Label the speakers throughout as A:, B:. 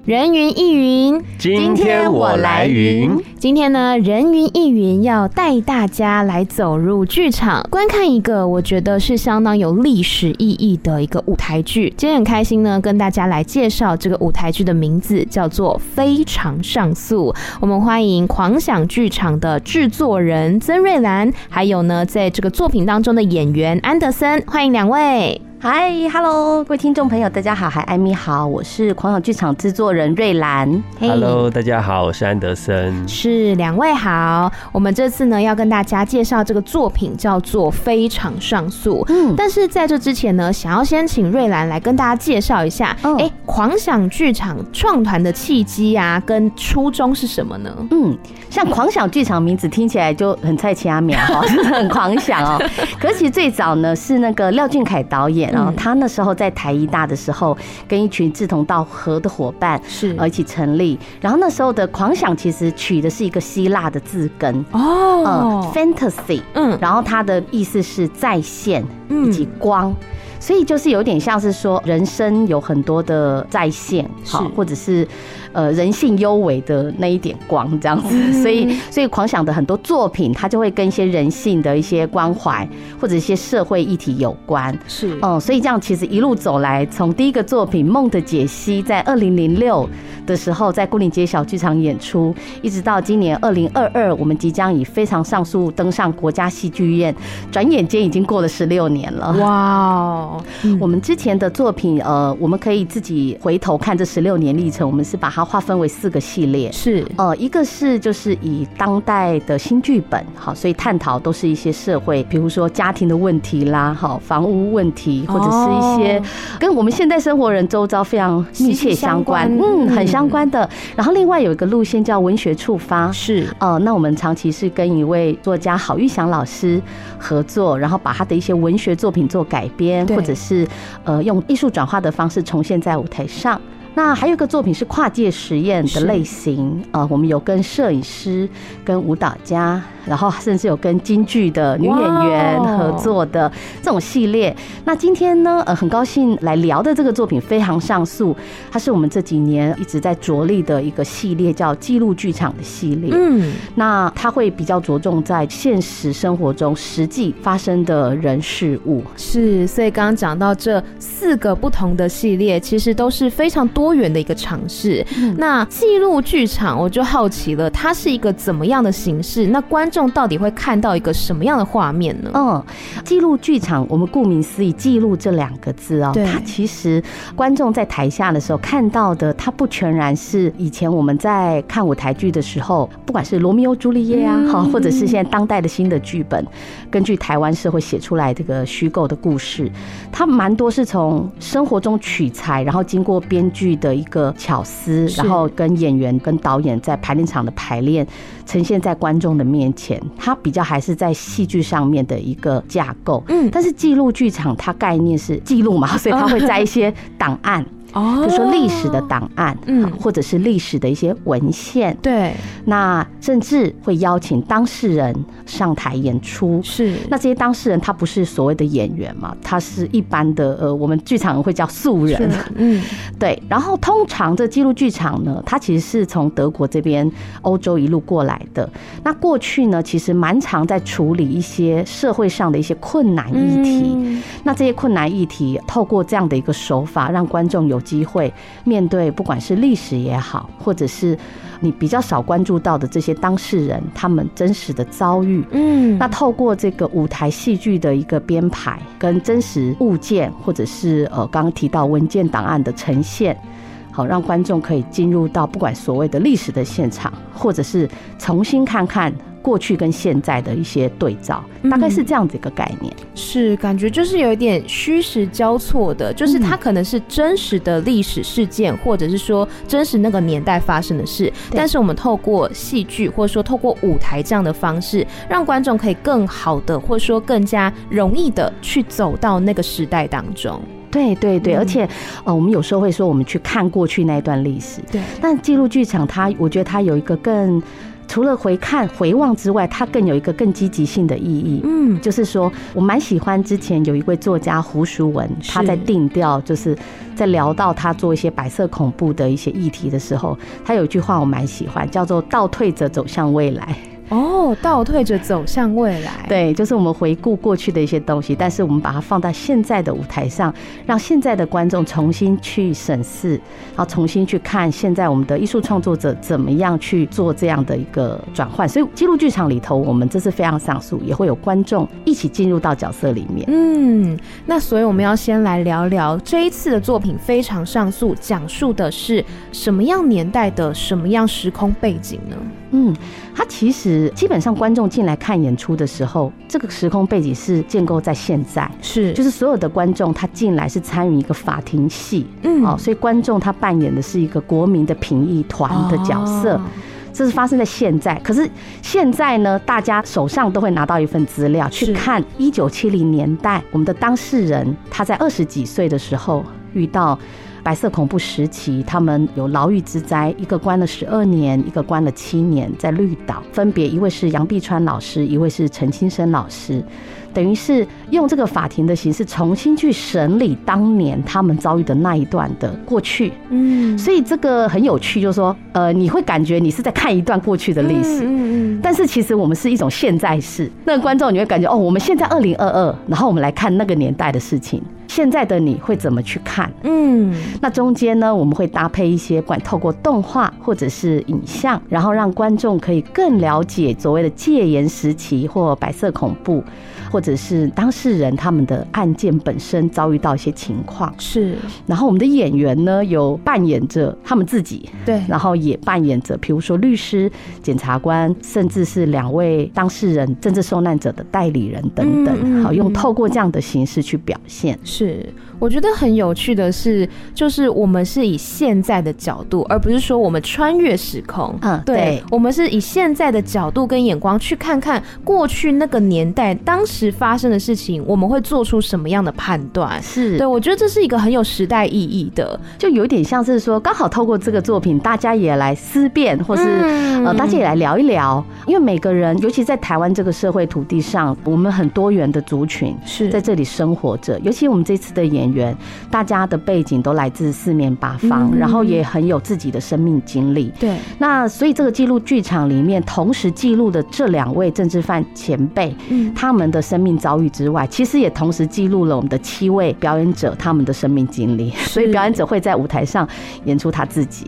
A: 人云亦云，
B: 今天我来云。
A: 今天呢，人云亦云要带大家来走入剧场，观看一个我觉得是相当有历史意义的一个舞台剧。今天很开心呢，跟大家来介绍这个舞台剧的名字叫做《非常上诉》。我们欢迎狂想剧场的制作人曾瑞兰，还有呢，在这个作品当中的演员安德森，欢迎两位。
C: 嗨，Hello，各位听众朋友，大家好，还艾米好，我是狂想剧场制作人瑞兰。
A: 嘿
B: Hello，大家好，我是安德森。
A: 是两位好，我们这次呢要跟大家介绍这个作品叫做《非常上诉》。
C: 嗯，
A: 但是在这之前呢，想要先请瑞兰来跟大家介绍一下，哎、
C: 嗯
A: 狂想剧场创团的契机啊，跟初衷是什么呢？
C: 嗯，像狂想剧场名字听起来就很菜奇阿 苗哈，真的很狂想哦。可是其实最早呢是那个廖俊凯导演哦，
A: 嗯
C: 他那时候在台医大的时候，跟一群志同道合的伙伴。
A: 是
D: 嗯
C: 呃一起成立，然后那时候的狂想其实取的是一个希腊的字根，呃
A: 哦，
C: ，fantasy，
A: 嗯
C: 然后它的意思是在线
A: 嗯
C: 以及光，所以就是有点像是说人生有很多的在线，
A: 是
C: 好，或者是呃人性优美的那一点光这样子，
A: 嗯
C: 所以所以狂想的很多作品，它就会跟一些人性的一些关怀或者一些社会议题有关。
A: 是
C: 哦、所以这样其实一路走来，从第一个作品《梦的解析》在二零零六的时候在固定街小剧场演出，一直到今年二零二二，我们即将以非常上诉登上国家戏剧院，转眼间已经过了十六年了。
A: 哇哦，嗯
C: 我们之前的作品，呃，我们可以自己回头看这十六年历程，我们是把它划分为四个系列。
A: 是
C: 呃，一个是就是以当代的新剧本，好，所以探讨都是一些社会，比如说家庭的问题啦，好，房屋问题，或者是一些
A: 哦
C: 跟我们现代生活人周遭非常密切相关，
A: 息息相关
C: 嗯，很
A: 嗯
C: 相关的。然后另外有一个路线叫文学触发。
A: 是
C: 呃，那我们长期是跟一位作家郝玉祥老师合作，然后把他的一些文学作品做改编，
A: 对
C: 或者是呃用艺术转化的方式重现在舞台上。那还有一个作品是跨界实验的
A: 是
C: 类型，呃，我们有跟摄影师、跟舞蹈家，然后甚至有跟京剧的女演员
A: 哇哦
C: 合作的这种系列。那今天呢，呃，很高兴来聊的这个作品《非常上诉》，它是我们这几年一直在着力的一个系列，叫记录剧场的系列。
A: 嗯
C: 那它会比较着重在现实生活中实际发生的人事物。
A: 是，所以刚刚讲到这四个不同的系列，其实都是非常多元的一个尝试。那记录剧场，我就好奇了，它是一个怎么样的形式？那观众到底会看到一个什么样的画面呢？
C: 嗯，记录剧场，我们顾名思义，记录这两个字哦，
A: 对
C: 它其实观众在台下的时候看到的，它不全然是以前我们在看舞台剧的时候，不管是罗密欧朱丽叶啊，哈、或者是现在当代的新的剧本，根据台湾社会写出来这个虚构的故事，
A: 嗯
C: 它蛮多是从生活中取材，然后经过编剧的一个巧思，
A: 是
C: 然后跟演员跟导演在排练场的排练，呈现在观众的面前，它比较还是在戏剧上面的一个架构。
A: 嗯
C: 但是记录剧场它概念是记录嘛， 所以它会在一些档案，比
A: 哦
C: 如说历史的，档案，
A: 嗯
C: 或者是历史的一些文献，
A: 对，
C: 那甚至会邀请当事人上台演出。
A: 是
C: 那这些当事人他不是所谓的演员嘛，他是一般的呃，我们剧场人会叫素人，
A: 是嗯，
C: 对，然后通常这记录剧场呢，它其实是从德国这边、欧洲一路过来的。那过去呢，其实蛮常在处理一些社会上的一些困难议题。
A: 嗯
C: 那这些困难议题，透过这样的一个手法，让观众有机会面对，不管是历史也好，或者是你比较少关注到的这些当事人他们真实的遭遇，
A: 嗯，
C: 那透过这个舞台戏剧的一个编排，跟真实物件或者是呃刚刚提到文件档案的呈现，好让观众可以进入到不管所谓的历史的现场，或者是重新看看过去跟现在的一些对照，大概是这样子一个概念。
A: 是感觉就是有一点虚实交错的，
C: 嗯
A: 就是它可能是真实的历史事件，或者是说真实那个年代发生的事，
C: 对
A: 但是我们透过戏剧或者说透过舞台这样的方式，让观众可以更好的，或者说更加容易的去走到那个时代当中。
C: 对对对，
A: 嗯
C: 而且呃，我们有时候会说我们去看过去那一段历史，
A: 对，
C: 但记录剧场它，我觉得它有一个更除了回看回望之外，它更有一个更积极性的意义。
A: 嗯，
C: 就是说，我蛮喜欢之前有一位作家胡淑文，
A: 是
C: 他在定调，就是在聊到他做一些白色恐怖的一些议题的时候，他有一句话我蛮喜欢，叫做“倒退着走向未来”。
A: 哦，倒退着走向未来，，
C: 对，就是我们回顾过去的一些东西，但是我们把它放到现在的舞台上，让现在的观众重新去审视，然后重新去看现在我们的艺术创作者怎么样去做这样的一个转换。所以记录剧场里头，我们这是非常上诉，也会有观众一起进入到角色里面。
A: 嗯，那所以我们要先来聊聊这一次的作品非常上诉，讲述的是什么样年代的什么样时空背景呢？
C: 嗯，它其实基本上观众进来看演出的时候，这个时空背景是建构在现在。
A: 是，
C: 就是是所有的观众，他进来是参与一个法庭戏，
A: 嗯
C: 哦，所以观众他扮演的是一个国民的评议团的角色，
A: 哦
C: 这是发生在现在。可是现在呢，大家手上都会拿到一份资料，
A: 是
C: 去看一九七零年代我们的当事人他在二十几岁的时候遇到。白色恐怖时期，他们有牢狱之灾，一个关了十二年，一个关了七年，在绿岛，分别一位是杨碧川老师，一位是陈清生老师，等于是用这个法庭的形式重新去审理当年他们遭遇的那一段的过去，
A: 嗯
C: 所以这个很有趣，就是说，呃，你会感觉你是在看一段过去的历史。
A: 嗯嗯嗯，
C: 但是其实我们是一种现在式，那个观众你会感觉哦，我们现在二零二二，然后我们来看那个年代的事情，现在的你会怎么去看？
A: 嗯
C: 那中间呢，我们会搭配一些管透过动画或者是影像，然后让观众可以更了解所谓的戒严时期或白色恐怖，或者是当事人他们的案件本身遭遇到一些情况。
A: 是，
C: 然后我们的演员呢，有扮演着他们自己，
A: 对，
C: 然后也扮演着，比如说律师、检察官，甚至是两位当事人、政治受难者的代理人等
A: 嗯嗯
C: 等，好
A: 嗯
C: 用透过这样的形式去表现。
A: 是，我觉得很有趣的是，就是我们是以现在的角度，而不是说我们穿越时空。
C: 嗯对
A: 我们是以现在的角度跟眼光去看看过去那个年代当时发生的事情，我们会做出什么样的判断。
C: 是
A: 对，我觉得这是一个很有时代意义的，
C: 就有点像是说，刚好透过这个作品，大家也来思辨，或是、
A: 嗯
C: 呃，大家也来聊一聊。因为每个人，尤其在台湾这个社会土地上，我们很多元的族群
A: 是
C: 在这里生活着。尤其我们这次的演员，大家的背景都来自四面八方，
A: 嗯
C: 然后也很有自己的生命经历。
A: 对，
C: 那所以这个记录剧场里面，同时记录的这两位政治犯前辈，
A: 嗯，
C: 他们的生命遭遇之外，其实也同时记录了我们的七位表演者他们的生命经历。所以表演者会在舞台上演出他自己。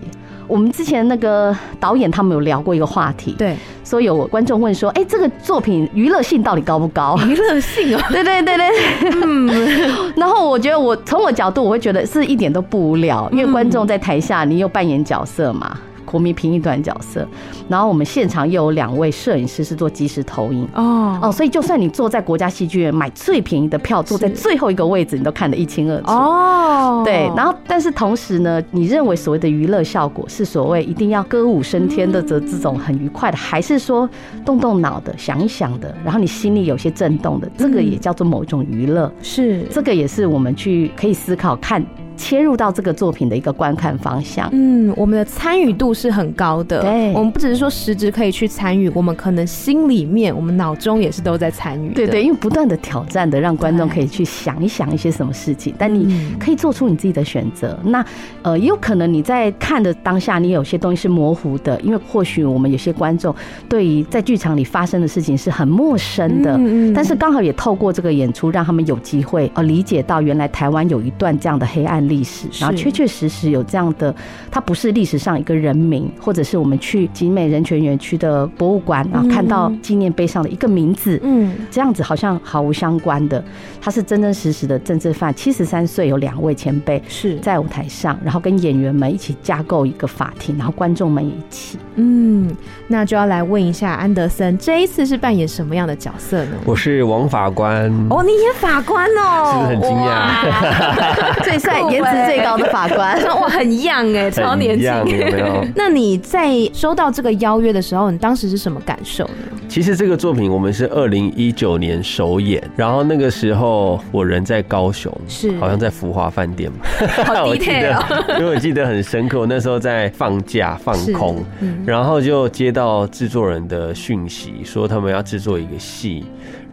C: 我们之前那个导演他们有聊过一个话题，，
A: 对，
C: 所以有观众问说：“哎、这个作品娱乐性到底高不高？”
A: 娱乐性哦，
C: 对对对对， 嗯。然后我觉得我从我角度，我会觉得是一点都不无聊，因为观众在台下，你有扮演角色嘛，国民评议团角色，然后我们现场又有两位摄影师是做即时投影。
A: 哦
C: 哦，所以就算你坐在国家戏剧院买最便宜的票，坐在
A: 是
C: 最后一个位置，你都看得一清二楚。
A: 哦，
C: 对，然
A: 后
C: 后但是同时呢，你认为所谓的娱乐效果是所谓一定要歌舞升天的这这种很愉快的，还是说动动脑的想一想的，然后你心里有些震动的，这个
A: 嗯
C: 也叫做某一种娱乐，
A: 是
C: 这个也是我们去可以思考看切入到这个作品的一个观看方向。
A: 嗯，我们的参与度是很高的。
C: 对
A: 我们不只是说实质可以去参与，我们可能心里面、我们脑中也是都在参与。
C: 对对，，因为不断的挑战的让观众可以去想一想一些什么事情，但
A: 嗯
C: 你可以做出你自己的选择。那呃，也有可能你在看的当下，你有些东西是模糊的，因为或许我们有些观众对于在剧场里发生的事情是很陌生的，
A: 嗯嗯
C: 但是刚好也透过这个演出，让他们有机会呃理解到原来台湾有一段这样的黑暗历史，
A: 是
C: 然后确确实实有这样的，它不是历史上一个人名，或者是我们去景美人权园区的博物馆啊
A: 嗯
C: 看到
A: 嗯
C: 纪念碑上的一个名字，
A: 嗯，
C: 这样子好像毫无相关的，他是真真实实的政治犯，七十三岁，有两位前辈
A: 是，
C: 在舞台上，然后跟演员们一起架构一个法庭，然后观众们也一起。
A: 嗯，那就要来问一下安德森，这一次是扮演什么样的角色呢？
B: 我是王法官，
A: 哦，你演法官哦，
B: 是不是很惊
A: 讶？
C: 最帅、
A: 酷欸
C: 颜值最高的法官，
A: 哇，很样哎，超
B: 很
A: 年
B: 一
A: 轻？
B: 样。有没有
A: 那你在收到这个邀约的时候，你当时是什么感受呢？
B: 其实这个作品我们是二零一九年首演，然后那个时候我人在高雄，
A: 是
B: 好像在福华饭店嘛，
A: 好
B: 我记
A: detail 哦
B: 得，因为我记得很深刻，我那时候在放假放
A: 是
B: 空，
A: 嗯
B: 然后就接到制作人的讯息，说他们要制作一个戏，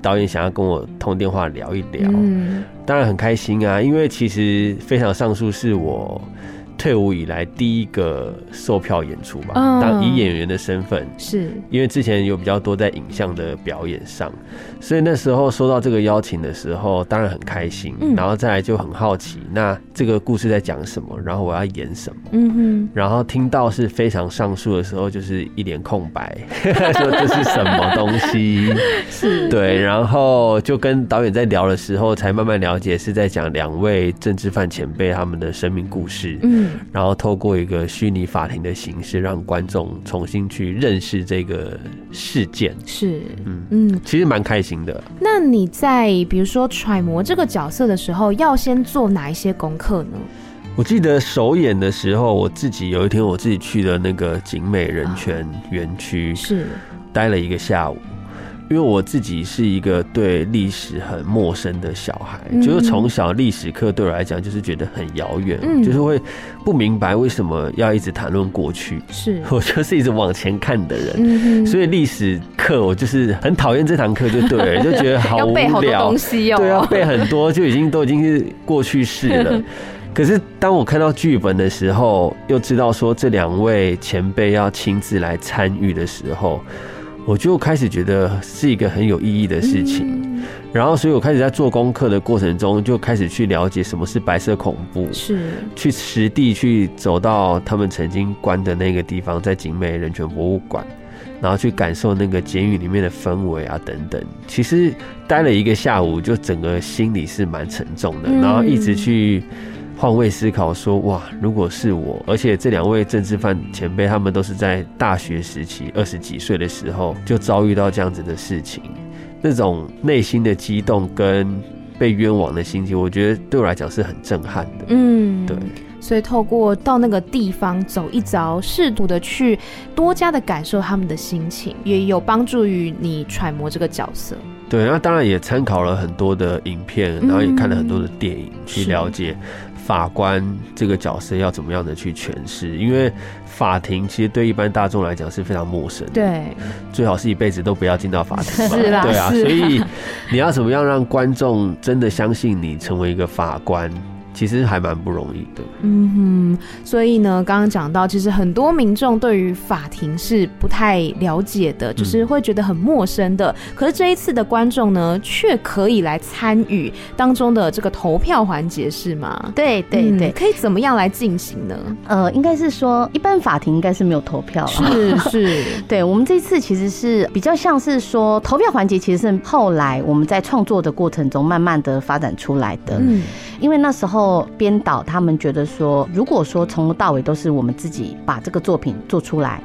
B: 导演想要跟我通电话聊一聊，
A: 嗯，
B: 当然很开心啊，因为其实《非常上诉》是我退伍以来第一个售票演出吧，
A: 嗯
B: 当以演员的身份，
A: 是
B: 因为之前有比较多在影像的表演上，所以那时候收到这个邀请的时候，当然很开心
A: 嗯，
B: 然后再来就很好奇，那这个故事在讲什么，然后我要演什么。
A: 嗯哼，
B: 然后听到是非常上述的时候，就是一脸空白， 说这是什么东西？
A: 是
B: 对，然后就跟导演在聊的时候，才慢慢了解是在讲两位政治犯前辈他们的生命故事，
A: 嗯
B: 然后透过一个虚拟法庭的形式，让观众重新去认识这个事件。
A: 是
B: 嗯
A: 嗯，
B: 其实蛮开心的，
A: 那你在比如说揣摩这个角色的时候，要先做哪一些功课呢？
B: 我记得首演的时候，我自己有一天我自己去了那个景美人权园区，
A: 是
B: 待了一个下午，因为我自己是一个对历史很陌生的小孩，
A: 嗯
B: 就是从小历史课对我来讲就是觉得很遥远，
A: 嗯
B: 就是会不明白为什么要一直谈论 过去，
A: 是，
B: 我就是一直往前看的人。
A: 嗯哼，
B: 所以历史课我就是很讨厌这堂课，就对了，就觉得好
A: 要
B: 无
A: 背好多
B: 聊
A: 东，西哦，
B: 对，要背很多，就已经都已经是过去式了。可是当我看到剧本的时候，又知道说这两位前辈要亲自来参与的时候，我就开始觉得是一个很有意义的事情。
A: 嗯
B: 然后，所以我开始在做功课的过程中，就开始去了解什么是白色恐怖，
A: 是
B: 去实地去走到他们曾经关的那个地方，在景美人权博物馆，然后去感受那个监狱里面的氛围啊等等。其实待了一个下午，就整个心里是蛮沉重的，
A: 嗯
B: 然后一直去换位思考说哇，如果是我，而且这两位政治犯前辈他们都是在大学时期二十几岁的时候就遭遇到这样子的事情，那种内心的激动跟。被冤枉的心情，我觉得对我来讲是很震撼的。
A: 嗯
B: 对，
A: 所以透过到那个地方走一遭，适度的去多加的感受他们的心情，也有帮助于你揣摩这个角色。
B: 对，那当然也参考了很多的影片，然后也看了很多的电影，
A: 嗯
B: 去
A: 是
B: 了解法官这个角色要怎么样的去诠释。因为法庭其实对一般大众来讲是非常陌生的，，
A: 对，
B: 最好是一辈子都不要进到法庭 嘛，
A: 是啦
B: 对啊，
A: 是啦
B: 所以你要怎么样让观众真的相信你成为一个法官，其实还蛮不容易的。
A: 嗯哼，所以呢，刚刚讲到，其实很多民众对于法庭是不太了解的，就是会觉得很陌生的。可是这一次的观众呢，却可以来参与当中的这个投票环节，是吗？
C: 对对
A: 嗯
C: 对，
A: 可以怎么样来进行呢？
C: 呃，应该是说一般法庭应该是没有投票啦。
A: 是是，
C: 对我们这次其实是比较像是说投票环节，其实是后来我们在创作的过程中慢慢的发展出来的。
A: 嗯，
C: 因为那时候编导他们觉得说，如果说从头到尾都是我们自己把这个作品做出来，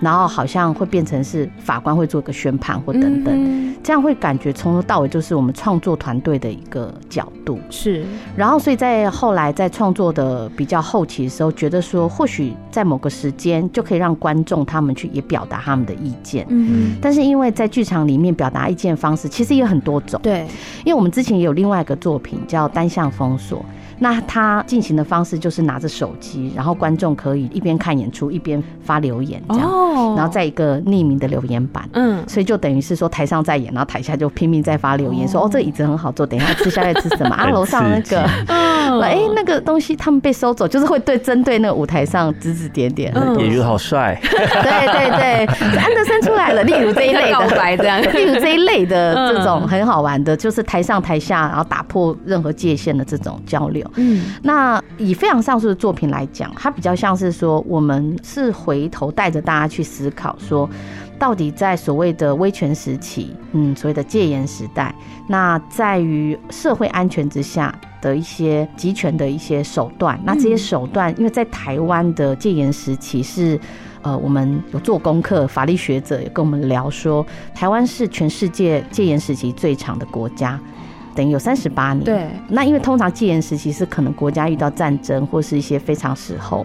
C: 然后好像会变成是法官会做一个宣判或等等，
A: 嗯
C: 这样会感觉从头到尾就是我们创作团队的一个角度。
A: 是
C: 然后，所以在后来在创作的比较后期的时候，觉得说或许在某个时间就可以让观众他们去也表达他们的意见。
A: 嗯，
C: 但是因为在剧场里面表达意见的方式其实也很多种，
A: 对，
C: 因为我们之前也有另外一个作品叫《单向封锁》，那它进行的方式就是拿着手机，然后观众可以一边看演出一边发留言这样，
A: 哦
C: 然后在一个匿名的留言板。
A: 嗯，
C: 所以就等于是说台上在演，然后台下就拼命在发留言，说哦这椅子很好坐，等一下吃宵夜吃什么啊？
B: 很
C: 楼上那
B: 刺激
C: 个
A: 嗯
C: 哎、那个东西他们被收走，就是会对针对那个舞台上指指点点。
A: 嗯
B: 演员 好帅，
C: 对对对，安德森出来了，例如这一类
A: 告
C: 的。
A: 白这样，
C: 例如这一类的
A: 嗯
C: 这种很好玩的，就是台上台下，然后打破任何界限的这种交流。
A: 嗯，
C: 那以非常上述的作品来讲，它比较像是说，我们是回头带着大家去思考说。到底在所谓的威权时期，嗯，所谓的戒严时代，那在于社会安全之下的一些集权的一些手段，那这些手段，因为在台湾的戒严时期是，呃，我们有做功课，法律学者也跟我们聊说，台湾是全世界戒严时期最长的国家，等于有三十八年。
A: 对，
C: 那因为通常戒严时期是可能国家遇到战争或是一些非常时候，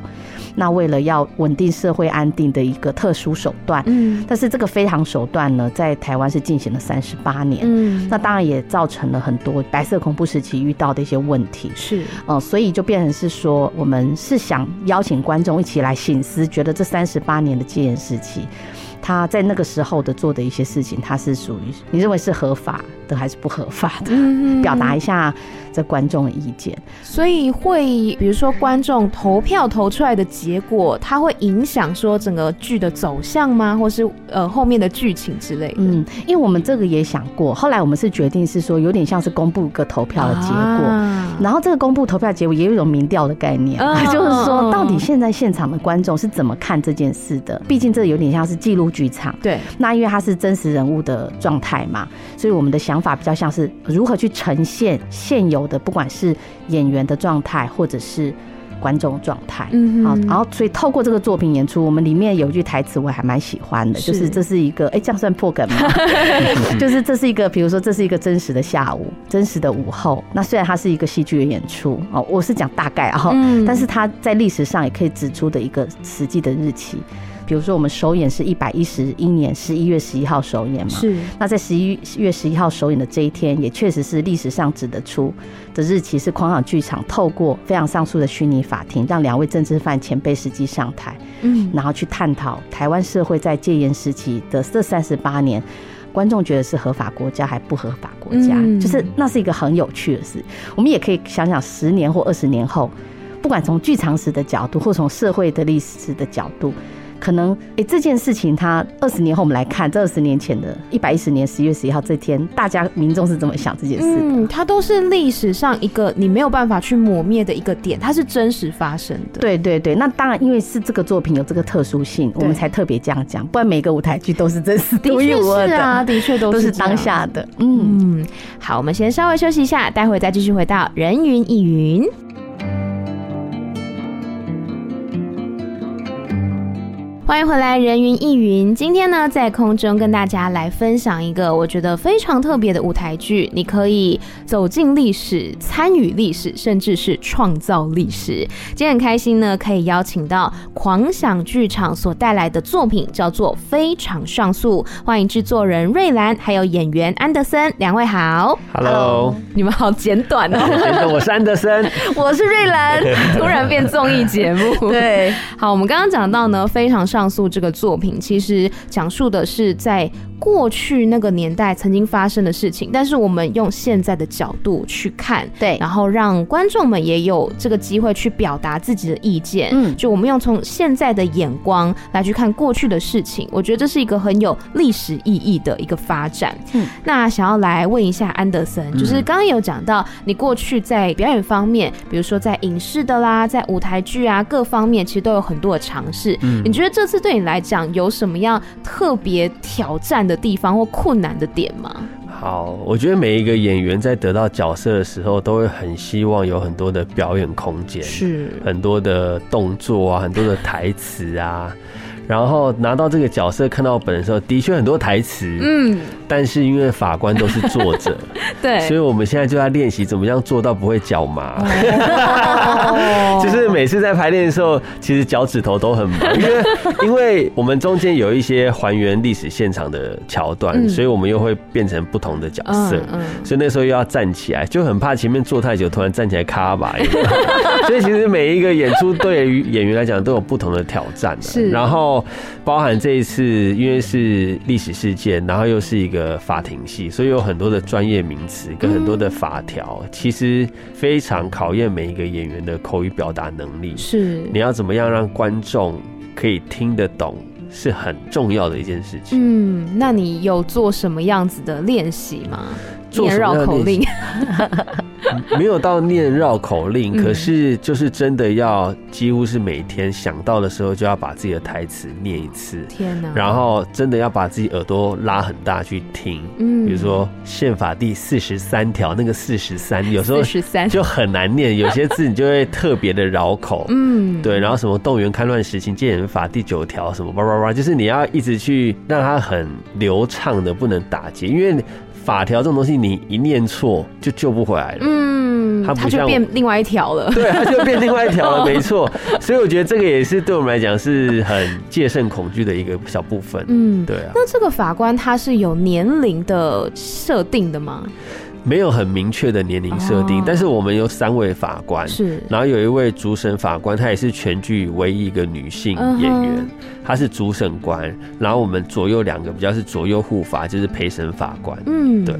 C: 那为了要稳定社会安定的一个特殊手段，
A: 嗯
C: 但是这个非常手段呢，在台湾是进行了三十八年。
A: 嗯，
C: 那当然也造成了很多白色恐怖时期遇到的一些问题，
A: 是
C: 呃，所以就变成是说，我们是想邀请观众一起来醒思，觉得这三十八年的戒严时期，他在那个时候的做的一些事情，他是属于你认为是合法的还是不合法的？
A: 嗯
C: 表达一下这观众的意见。
A: 所以会，比如说观众投票投出来的结果，它会影响说整个剧的走向吗？或是呃后面的剧情之类的？
C: 嗯，因为我们这个也想过，后来我们是决定是说，有点像是公布一个投票的结果。
A: 啊
C: 然后这个公布投票结果也有一种民调的概念，
A: 嗯
C: 就是
A: 嗯嗯
C: 说到底现在现场的观众是怎么看这件事的？毕竟这有点像是记录剧场，
A: 对，
C: 那因为它是真实人物的状态嘛，所以我们的想法比较像是如何去呈现现有的，不管是演员的状态或者是观众状态。
A: 嗯
C: 好，然后所以透过这个作品演出，我们里面有一句台词我还蛮喜欢的，
A: 是
C: 就是这是一个，哎，这样算破梗 吗？就是这是一个，比如说这是一个真实的下午，真实的午后。那虽然它是一个戏剧的演出哦，我是讲大概啊、哦，
A: 嗯
C: 但是它在历史上也可以指出的一个实际的日期，比如说我们首演是一百一十一年十一月十一号首演嘛，
A: 是
C: 那在十一月十一号首演的这一天，也确实是历史上指得出的日期，是狂想剧场透过非常上诉的虚拟法庭，让两位政治犯前辈实际上台，
A: 嗯
C: 然后去探讨台湾社会在戒严时期的这三十八年。观众觉得是合法国家还不合法国家，
A: 嗯
C: 就是那是一个很有趣的事。我们也可以想想，十年或二十年后，不管从剧场史的角度，或从社会的历史的角度，可能诶、这件事情它二十年后我们来看，这二十年前的一百一十年十月十一号这天，大家民众是怎么想这件事的？
A: 嗯，它都是历史上一个你没有办法去抹灭的一个点，它是真实发生的。
C: 对对对，那当然，因为是这个作品有这个特殊性，我们才特别这样讲，不然每个舞台剧都是真实
A: 的
C: 独一无
A: 确
C: 二
A: 是
C: 的，
A: 啊，的确都
C: 都
A: 是
C: 是
A: 这样
C: 当。下的。嗯，
A: 嗯，好，我们先稍微休息一下，待会再继续回到人云亦云。欢迎回来，人云亦云。今天呢，在空中跟大家来分享一个我觉得非常特别的舞台剧，你可以走进历史、参与历史，甚至是创造历史。今天很开心呢，可以邀请到狂想剧场所带来的作品，叫做《非常上诉》。欢迎制作人瑞兰，还有演员安德森，两位好，
B: Hello，
A: 你们好简短哦。
B: 我先生我是安德森，
A: 我是瑞兰，突然变综艺节目。
C: 对，
A: 好，我们刚刚讲到呢，《非常上诉》这个作品，其实讲述的是在过去那个年代曾经发生的事情，但是我们用现在的角度去看，
C: 对
A: 然后让观众们也有这个机会去表达自己的意见。
C: 嗯
A: 就我们用从现在的眼光来去看过去的事情，我觉得这是一个很有历史意义的一个发展。
C: 嗯
A: 那想要来问一下安德森，就是刚刚有讲到你过去在表演方面，比如说在影视的啦，在舞台剧啊各方面，其实都有很多的尝试。
C: 嗯
A: 你觉得这次对你来讲有什么样特别挑战的地方或困难的点吗？
B: 好，我觉得每一个演员在得到角色的时候，都会很希望有很多的表演空间，
A: 是
B: 很多的动作啊，很多的台词啊。然后拿到这个角色看到本的时候，的确很多台词，
A: 嗯，
B: 但是因为法官都是坐 着，所以
A: 对，
B: 我们现在就在练习怎么样做到不会脚麻。
A: 哦
B: 就是每次在排练的时候，其实脚趾头都很麻，因为因为我们中间有一些还原历史现场的桥段，
A: 嗯
B: 所以我们又会变成不同的角色。
A: 嗯
B: 所以那时候又要站起来，就很怕前面坐太久，突然站起来 卡吧。有没有所以其实每一个演出对于演员来讲都有不同的挑战、啊。
A: 是
B: 然后包含这一次，因为是历史事件，然后又是一个法庭戏，所以有很多的专业名词跟很多的法条，其实非常考验每一个演员的口语表达能力。
A: 是
B: 你要怎么样让观众可以听得懂，是很重要的一件事情。
A: 嗯，那你有做什么样子的练习吗？
B: 做
A: 念
B: 什么样
A: 绕
B: 的
A: 口令
B: 练，没有到念绕口令，
A: 嗯
B: 可是就是真的要几乎是每天想到的时候就要把自己的台词念一次，
A: 天哪！
B: 然后真的要把自己耳朵拉很大去听。
A: 嗯
B: 比如说宪法第四十三条那个四十三，有时候
A: 四十三，
B: 就很难念，有些字你就会特别的绕口。
A: 嗯，
B: 对，然后什么动员戡乱实行戒严法第九条什么叭叭叭，就是你要一直去让它很流畅的，不能打结，因为法条这种东西，你一念错就救不回来了。
A: 嗯，
B: 它不
A: 它就
B: 像
A: 变另外一条了。
B: 对，它就变另外一
A: 哦
B: 条了，没错。所以我觉得这个也是对我们来讲是很戒慎恐惧的一个小部分。
A: 嗯，
B: 对啊，
A: 那这个法官他是有年龄的设定的吗？
B: 没有很明确的年龄设定
A: 哦，
B: 但是我们有三位法官，
A: 是，
B: 然后有一位主审法官，她也是全剧唯一一个女性演
A: 嗯
B: 员，她是主审官。然后我们左右两个比较是左右护法，就是陪审法官。
A: 嗯
B: 对。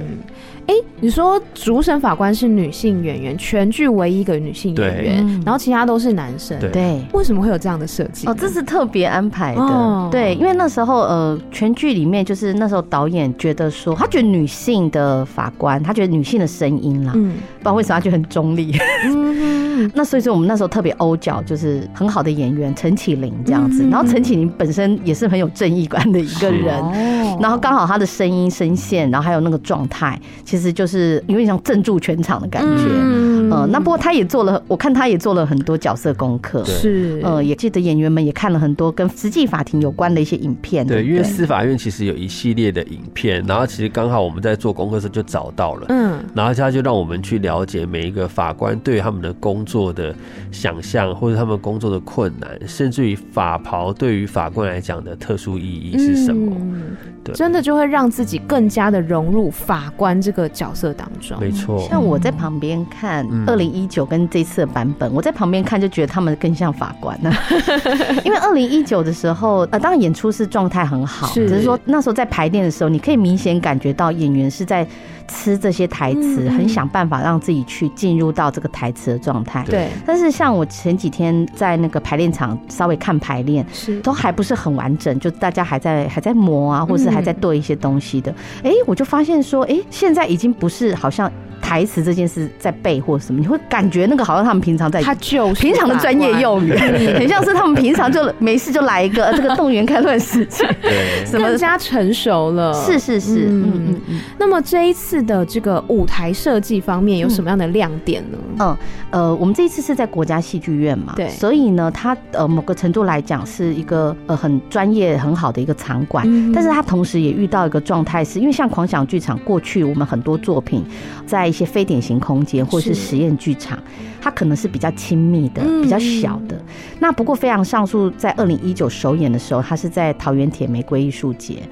A: 哎、你说主审法官是女性演员，全剧唯一一个女性演
B: 对
A: 员
C: 嗯，
A: 然后其他都是男生。
B: 对
C: 对。
A: 为什么会有这样的设计呢？
C: 哦，这是特别安排的，
A: 哦
C: 对，因为那时候呃，全剧里面就是那时候导演觉得说，他觉得女性的法官，他觉得女性的声音啦，
A: 嗯
C: 不知道为什么他觉得很中立。
A: 嗯
C: 那所以说我们那时候特别欧角，就是很好的演员陈启霖这样子，
A: 嗯
C: 然后陈启霖本身也是很有正义感的一个
B: 是
C: 人。
A: 哦
C: 然后刚好他的声音声线，然后还有那个状态，其实就是有点像镇住全场的感觉。嗯、
A: 嗯
C: 呃，那不过他也做了，我看他也做了很多角色功课。
B: 对
A: 是
C: 呃，也记得演员们也看了很多跟实际法庭有关的一些影片。
B: 对，
C: 不
B: 因为司法院其实有一系列的影片，然后其实刚好我们在做功课的时候就找到了。
A: 嗯
B: 然后他就让我们去了解每一个法官对他们的工作的想象，或者他们工作的困难，甚至于法袍对于法官来讲的特殊意义是什么。
A: 嗯
B: 对
A: 真的就会让自己更加的融入法官这个角色当中。
B: 没错，
C: 像我在旁边看
B: 嗯
C: 二零一九跟这次的版本，我在旁边看就觉得他们更像法官呢、 因为二零一九的时候，呃，当然演出是状态很好，
A: 是
C: 只是说那时候在排练的时候，你可以明显感觉到演员是在吃这些台词，
A: 嗯嗯
C: 很想办法让自己去进入到这个台词的状态。
B: 对
A: 对，
C: 但是像我前几天在那个排练场稍微看排练，
A: 是
C: 都还不是很完整，就大家还在还在磨啊，或是还在对一些东西的。哎、我就发现说，哎、现在已经不是好像台词这件事在背或什么，你会感觉那个好像他们平常在。
A: 他就是
C: 平常的专业 用 语，很像是他们平常就没事就来一个呃这个动员开乱世 界，
B: 对
C: 什
A: 法官
C: 么
A: 更加成熟了。
C: 是是是，嗯
A: 嗯
C: 嗯嗯。
A: 那么这一次的这个舞台设计方面有什么样的亮点呢？
C: 呃，我们这一次是在国家戏剧院嘛，
A: 对
C: 所以呢，它呃某个程度来讲是一个呃很专业很好的一个场馆，
A: 嗯
C: 但是它同时也遇到一个状态是，因为像狂想剧场过去我们很多作品在一些非典型空间或是
A: 是
C: 实验剧场，它可能是比较亲密的、
A: 嗯
C: 比较小的。那不过非常上述在二零一九首演的时候，它是在桃园铁玫瑰艺术节，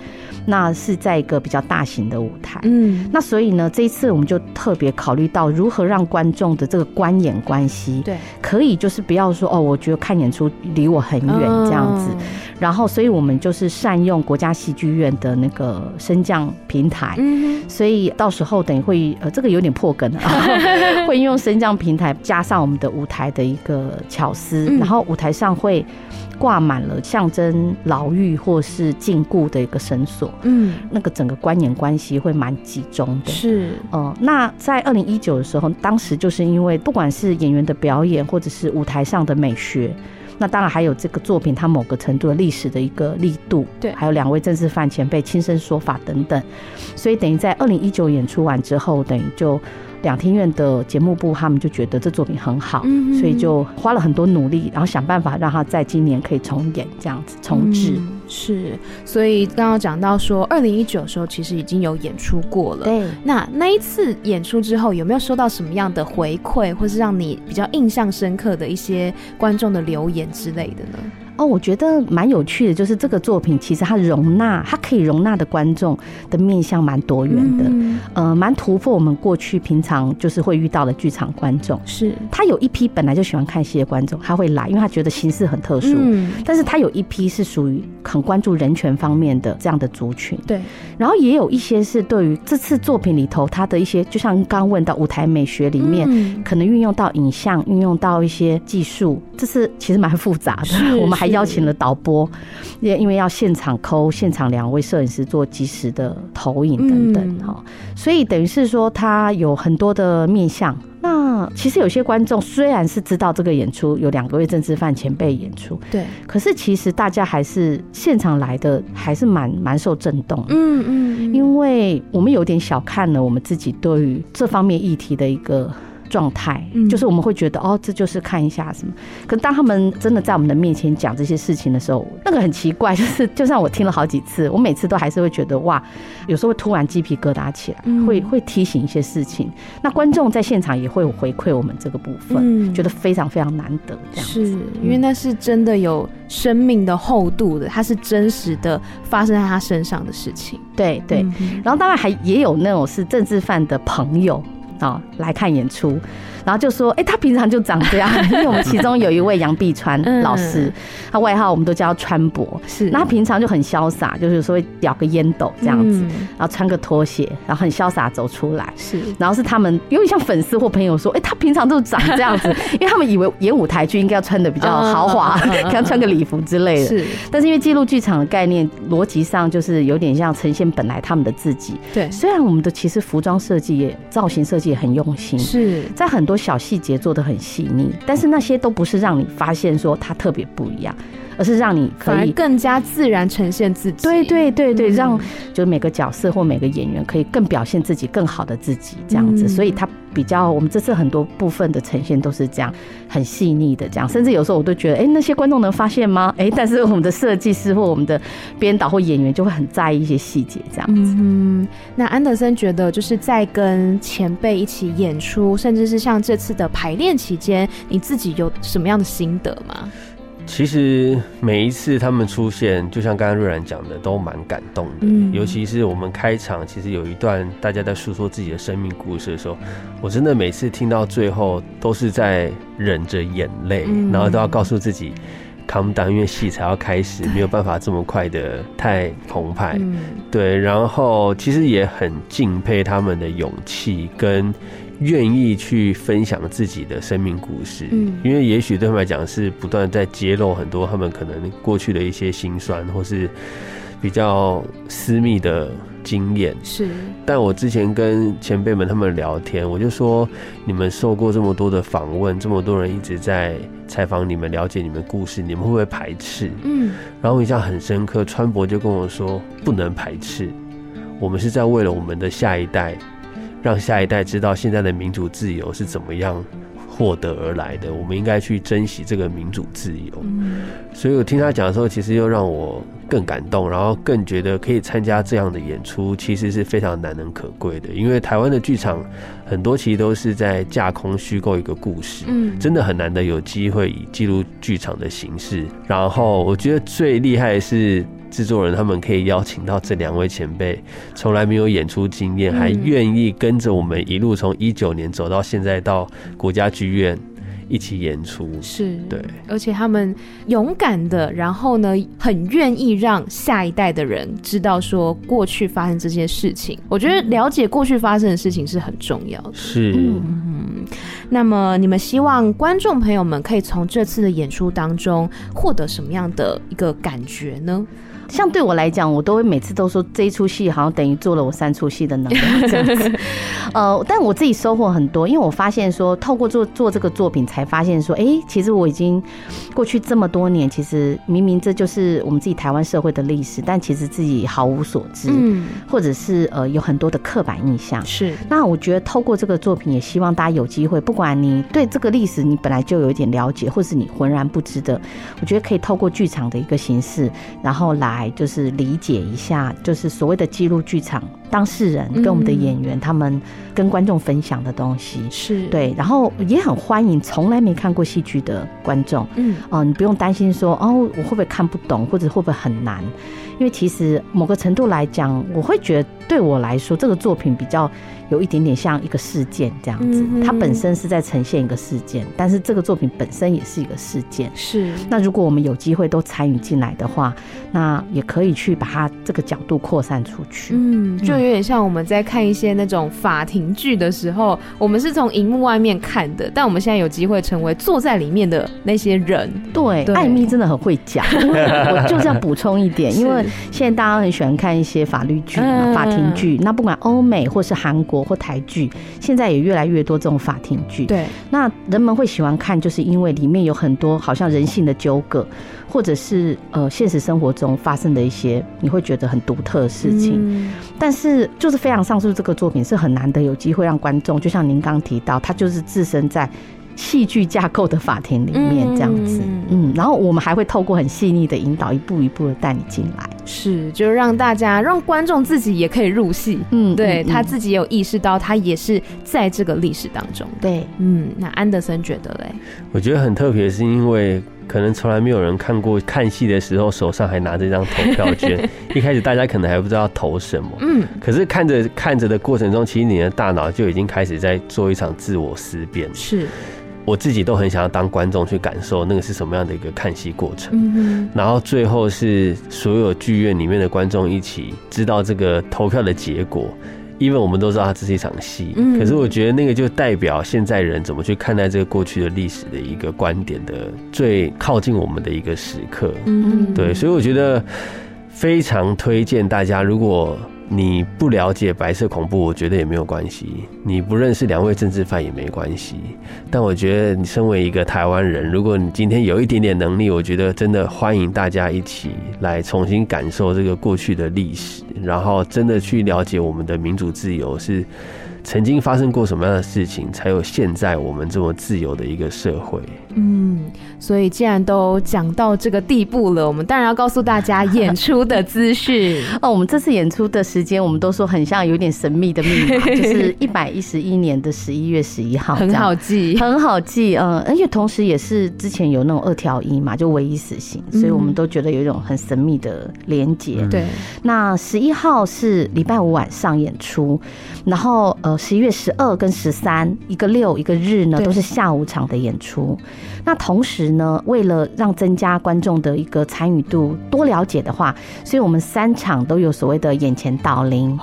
C: 那是在一个比较大型的舞台。
A: 嗯，
C: 那所以呢，这一次我们就特别考虑到如何让观众的这个观演关系，
A: 对，
C: 可以就是不要说哦，我觉得看演出离我很远这样子。然后，所以我们就是善用国家戏剧院的那个升降平台。
A: 嗯，
C: 所以到时候等于会呃，这个有点破梗啊，会用升降平台加上我们的舞台的一个巧思，
A: 嗯
C: 然后舞台上会挂满了象征牢狱或是禁锢的一个绳索，
A: 嗯哼
C: 那个整个观演关系会蛮集中
A: 嗯，
C: 的。
A: 是，
C: 哦、那在二零一九的时候，当时就是因为不管是演员的表演，或者是舞台上的美学，那当然还有这个作品它某个程度的历史的一个力度，
A: 对
C: 还有两位政治犯前辈亲身说法等等，所以等于在二零一九演出完之后，等于就两厅院的节目部他们就觉得这作品很好，
A: 嗯
C: 所以就花了很多努力，然后想办法让它在今年可以重演这样子重置。
A: 嗯是，所以刚刚讲到说，二零一九的时候其实已经有演出过了。
C: 对，
A: 那那一次演出之后，有没有收到什么样的回馈，或是让你比较印象深刻的一些观众的留言之类的呢？
C: 哦，我觉得蛮有趣的，就是这个作品其实它容纳，它可以容纳的观众的面向蛮多元的，
A: 嗯
C: 呃，蛮突破我们过去平常就是会遇到的剧场观众。
A: 是，
C: 他有一批本来就喜欢看戏的观众，他会来，因为他觉得形式很特殊。
A: 嗯，
C: 但是他有一批是属于很关注人权方面的这样的族群，
A: 对，
C: 然后也有一些是对于这次作品里头他的一些，就像刚问到舞台美学里面，
A: 嗯
C: 可能运用到影像，运用到一些技术，这是其实蛮复杂
A: 是
C: 的。 我们还
A: 是
C: 邀请了导播，因因为要现场抠，现场两位摄影师做及时的投影等等
A: 嗯
C: 哈、所以等于是说它有很多的面向。那其实有些观众虽然是知道这个演出有两个月政治犯前辈演出，
A: 对，
C: 可是其实大家还是现场来的，还是蛮蛮受震动的。
A: 嗯嗯，
C: 因为我们有点小看了我们自己对于这方面议题的一个状态
A: 嗯，
C: 就是我们会觉得哦，这就是看一下什么。可是当他们真的在我们的面前讲这些事情的时候，那个很奇怪，就是 就算我听了好几次，我每次都还是会觉得哇，有时候会突然鸡皮疙瘩起
A: 嗯
C: 来，会会提醒一些事情。那观众在现场也会有回馈我们这个部分，
A: 嗯
C: 觉得非常非常难得这样。嗯
A: 是因为那是真的有生命的厚度的，它是真实的发生在他身上的事情。
C: 对对，
A: 嗯哼
C: 然后当然还也有那种是政治犯的朋友。啊、来看演出，然后就说，哎、他平常就长这样， 因为我们其中有一位杨碧川
A: 嗯
C: 老师，他外号我们都叫他川博，
A: 是
C: 那他平常就很潇洒，就是有时候会咬个烟斗这样子，
A: 嗯
C: 然后穿个拖鞋，然后很潇洒走出来。
A: 是
C: 然后是他们有点像粉丝或朋友说，哎、他平常都长这样 子，因为他们以为演舞台剧应该要穿的比较豪华
A: 嗯嗯嗯嗯嗯，
C: 可能穿个礼服之类的。
A: 是，
C: 但是因为记录剧场的概念逻辑上就是有点像呈现本来他们的自己，
A: 对
C: 虽然我们的其实服装设计也造型设计也很用心，
A: 是
C: 在很多小细节做的很细腻，但是那些都不是让你发现说它特别不一样，而是让你可
A: 反而
C: 以
A: 更加自然呈现自己。
C: 对对对对，
A: 嗯
C: 让就是每个角色或每个演员可以更表现自己更好的自己这样子，
A: 嗯
C: 所以他比较我们这次很多部分的呈现都是这样很细腻的这样，甚至有时候我都觉得，哎、那些观众能发现吗？哎、但是我们的设计师或我们的编导或演员就会很在意一些细节这样子。
A: 嗯哼，那安德森觉得，就是在跟前辈一起演出，甚至是像这次的排练期间，你自己有什么样的心得吗？
B: 其实每一次他们出现，就像刚刚瑞然讲的，都蛮感动的。
A: 嗯
B: 尤其是我们开场，其实有一段大家在诉说自己的生命故事的时候，我真的每次听到最后，都是在忍着眼泪，
A: 嗯
B: 然后都要告诉自己 calm down，因为戏才要开始，没有办法这么快的太澎湃。
A: 嗯，
B: 对，然后其实也很敬佩他们的勇气跟愿意去分享自己的生命故事，
A: 嗯
B: 因为也许对他们来讲是不断在揭露很多他们可能过去的一些辛酸或是比较私密的经验，
A: 是，
B: 但我之前跟前辈们他们聊天，我就说你们受过这么多的访问，这么多人一直在采访你们，了解你们故事，你们会不会排斥？
A: 嗯，
B: 然后我印象很深刻，川博就跟我说，不能排斥，我们是在为了我们的下一代，让下一代知道现在的民主自由是怎么样获得而来的，我们应该去珍惜这个民主自由。
A: 嗯
B: 所以我听他讲的时候，其实又让我更感动，然后更觉得可以参加这样的演出，其实是非常难能可贵的。因为台湾的剧场很多其实都是在架空虚构一个故事，
A: 嗯
B: 真的很难得有机会以记录剧场的形式。然后我觉得最厉害的是制作人他们可以邀请到这两位前辈，从来没有演出经验，
A: 嗯
B: 还愿意跟着我们一路从一九年走到现在到国家剧院一起演出。
A: 是，
B: 对，
A: 而且他们勇敢的，然后呢，很愿意让下一代的人知道说过去发生这些事情。我觉得了解过去发生的事情是很重要的。
B: 是，
C: 嗯
A: 那么，你们希望观众朋友们可以从这次的演出当中获得什么样的一个感觉呢？
C: 像对我来讲，我都会每次都说这一出戏好像等于做了我三出戏的能量这样子。呃，但我自己收获很多，因为我发现说，透过做做这个作品，才发现说，哎、其实我已经过去这么多年，其实明明这就是我们自己台湾社会的历史，但其实自己毫无所知，
A: 嗯，
C: 或者是呃有很多的刻板印象。
A: 是，
C: 那我觉得透过这个作品，也希望大家有机会，不管你对这个历史你本来就有一点了解，或是你浑然不知的，我觉得可以透过剧场的一个形式，然后来就是理解一下，就是所谓的记录剧场当事人跟我们的演员、他们跟观众分享的东西。
A: 是，，
C: 对，然后也很欢迎从来没看过戏剧的观众，
A: 嗯，
C: 哦，你不用担心说哦，我会不会看不懂，或者会不会很难？因为其实某个程度来讲，我会觉得对我来说，这个作品比较有一点点像一个事件这样子。
A: 嗯哼
C: 它本身是在呈现一个事件，但是这个作品本身也是一个事件。
A: 是，
C: 那如果我们有机会都参与进来的话，那也可以去把它这个角度扩散出去。
A: 嗯，就有点像我们在看一些那种法庭剧的时候，我们是从荧幕外面看的，但我们现在有机会成为坐在里面的那些人。
C: 对，
A: 对
C: 艾米真的很会 讲，因为我就是要补充一点，因为
A: 是
C: 现在大家很喜欢看一些法律剧嘛、
A: 嗯
C: 法庭庭剧。那不管欧美或是韩国或台剧，现在也越来越多这种法庭剧。
A: 对，
C: 那人们会喜欢看，就是因为里面有很多好像人性的纠葛，或者是呃现实生活中发生的一些你会觉得很独特的事情。
A: 嗯
C: 但是就是非常上述这个作品是很难得有机会让观众，就像您刚提到，他就是置身在戏剧架构的法庭里面
A: 嗯
C: 这样子。嗯，然后我们还会透过很细腻的引导，一步一步的带你进来。
A: 是，就让大家让观众自己也可以入戏。
C: 嗯
A: 对
C: 嗯
A: 他
C: 嗯
A: 自己有意识到，他也是在这个历史当中。
C: 对，
A: 嗯，那安德森觉得嘞，
B: 我觉得很特别，是因为可能从来没有人看过看戏的时候手上还拿着一张投票券，一开始大家可能还不知道投什么。
A: 嗯，
B: 可是看着看着的过程中，其实你的大脑就已经开始在做一场自我思辨。
A: 是，
B: 我自己都很想要当观众去感受那个是什么样的一个看戏过程。
A: 嗯
B: 然后最后是所有剧院里面的观众一起知道这个投票的结果。因为我们都知道它这是一场戏，
A: 嗯
B: 可是我觉得那个就代表现在人怎么去看待这个过去的历史的一个观点的最靠近我们的一个时刻。
A: 哼，嗯哼，
B: 对，所以我觉得非常推荐大家，如果你不了解白色恐怖，我觉得也没有关系；你不认识两位政治犯也没关系。但我觉得，你身为一个台湾人，如果你今天有一点点能力，我觉得真的欢迎大家一起来重新感受这个过去的历史，然后真的去了解我们的民主自由是。曾经发生过什么样的事情，才有现在我们这么自由的一个社会？
A: 嗯，所以既然都讲到这个地步了，我们当然要告诉大家演出的姿势。
C: 哦，我们这次演出的时间，我们都说很像有点神秘的密 码，就是一百一十一年的十一月十一号，
A: 很好。记，
C: 很好记，嗯，而且同时也是之前有那种二条一嘛，就唯一死刑，所以我们都觉得有一种很神秘的连结。
B: 嗯
A: 对，
C: 那十一号是礼拜五晚上演出，然后呃十一月十二跟十三，一个六一个日呢
A: 对
C: 都是下午场的演出。那同时呢，为了让增加观众的一个参与度，多了解的话，所以我们三场都有所谓的眼前导聆。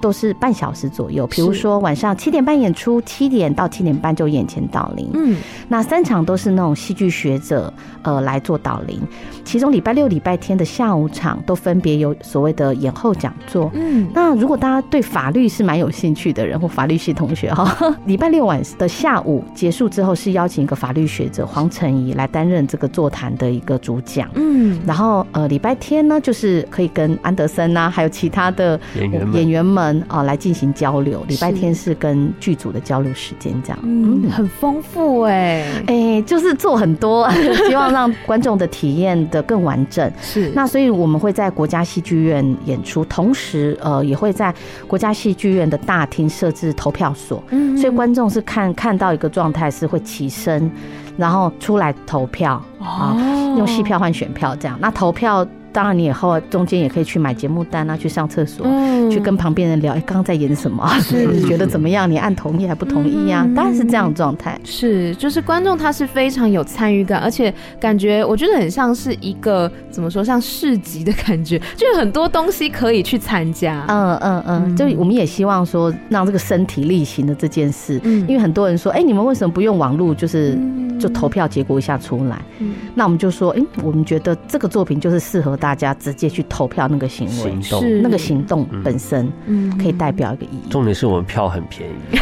C: 都是半小时左右，比如
A: 是
C: 说晚上七点半演出，七点到七点半就眼前导聆，
A: 嗯，
C: 那三场都是那种戏剧学者呃来做导聆，其中礼拜六、礼拜天的下午场都分别有所谓的演后讲座。
A: 嗯，
C: 那如果大家对法律是蛮有兴趣的人或法律系同学哈， 礼拜六晚的下午结束之后是邀请一个法律学者黄成怡来担任这个座谈的一个主讲。
A: 嗯，
C: 然后呃，礼拜天呢，就是可以跟安德森啊，还有其他的
B: 演员们
C: 演员们啊、来进行交流。礼拜
A: 是
C: 天是跟剧组的交流时间这样。
A: 嗯，很丰富哎，
C: 哎、就是做很多， 希望让观众的体验的更完 整。
A: 是，
C: 那所以我们会在国家戏剧院演出，同时呃也会在国家戏剧院的大厅设置投票所，
A: 嗯
C: 所以观众是看看到一个状态是会起身，然后出来投票啊，
A: 哦
C: 用戏，票换选票这样。那投票当然你以后中间也可以去买节目单啊，去上厕所。
A: 嗯
C: 去跟旁边人聊，哎、刚刚在演什么啊？你 觉得怎么样？你按同意还不同意啊
A: 嗯？
C: 当然是这样的状态。
A: 是，就是观众他是非常有参与感，而且感觉我觉得很像是一个怎么说，像市集的感觉，就有很多东西可以去参加。
C: 嗯嗯
A: 嗯
C: 嗯，就我们也希望说，让这个身体力行的这件事，
A: 嗯
C: 因为很多人说，哎、你们为什么不用网络，就是
A: 嗯
C: 就投票结果一下出来？
A: 嗯
C: 那我们就说，哎、我们觉得这个作品就是适合大家直接去投票那个行为
B: 行，动
A: 是
C: 那个行动本身
A: 嗯
C: 可以代表一个意义。
B: 重点 是我们票很便宜。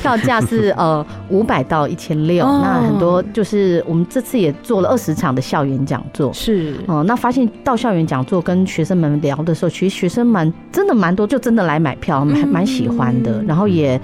C: 票价是呃五百到一千六，
A: 哦
C: 那很多就是我们这次也做了二十场的校园讲座，
A: 是
C: 哦、那发现到校园讲座跟学生们聊的时候，其实学生们真的蛮多，就真的来买票，蛮蛮喜欢的，然后也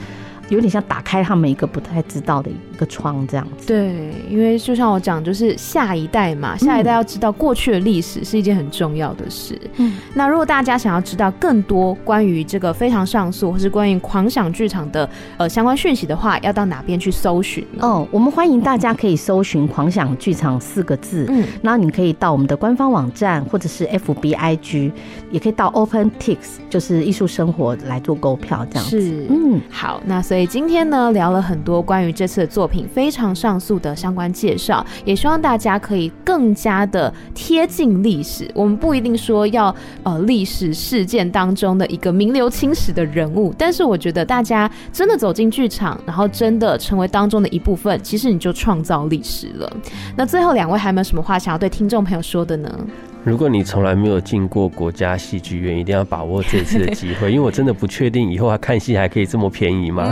C: 有点像打开他们一个不太知道的一个窗这样子。
A: 对，因为就像我讲，就是下一代嘛，下一代要知道过去的历史是一件很重要的事。
C: 嗯，
A: 那如果大家想要知道更多关于这个非常上诉或是关于狂想剧场的呃相关讯息的话，要到哪边去搜寻呢？
C: 哦，我们欢迎大家可以搜寻“狂想剧场”四个字，
A: 嗯，
C: 然后你可以到我们的官方网站或者是 FBIG，也可以到 OpenTix，就是艺术生活来做购票这样子。
A: 是，
C: 嗯，
A: 好，那所以今天呢聊了很多关于这次的作品《非常上诉》的相关介绍，也希望大家可以更加的贴近历史。我们不一定说要呃历史事件当中的一个名留青史的人物，但是我觉得大家真的走进剧场，然后真的成为当中的一部分，其实你就创造历史了。那最后两位还有没有什么话想要对听众朋友说的呢？
B: 如果你从来没有进过国家戏剧院，一定要把握这次的机会，因为我真的不确定以后还看戏还可以这么便宜吗？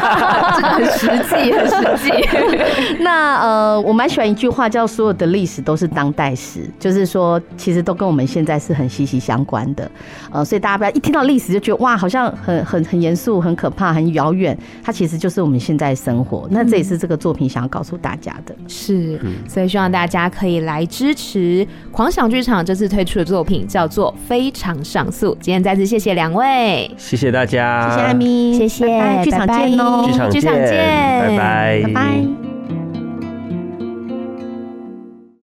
A: 很实际，很实际。
C: 那呃，我蛮喜欢一句话，叫“所有的历史都是当代史”，就是说，其实都跟我们现在是很息息相关的。呃，所以大家不要一听到历史就觉得哇，好像很很很严肃、很可怕、很遥远，它其实就是我们现在生活。那这也是这个作品想要告诉大家的。
A: 是，
B: 嗯
A: 所以希望大家可以来支持狂想剧场这次推出的作品，叫做《非常上诉》。今天再次谢谢两位，
B: 谢谢大家，
C: 谢谢艾米，
A: 谢谢
C: 啊拜拜剧场见哦，
B: 剧场
A: 剧
B: 见，
A: 场见
B: 拜拜，
C: 拜拜。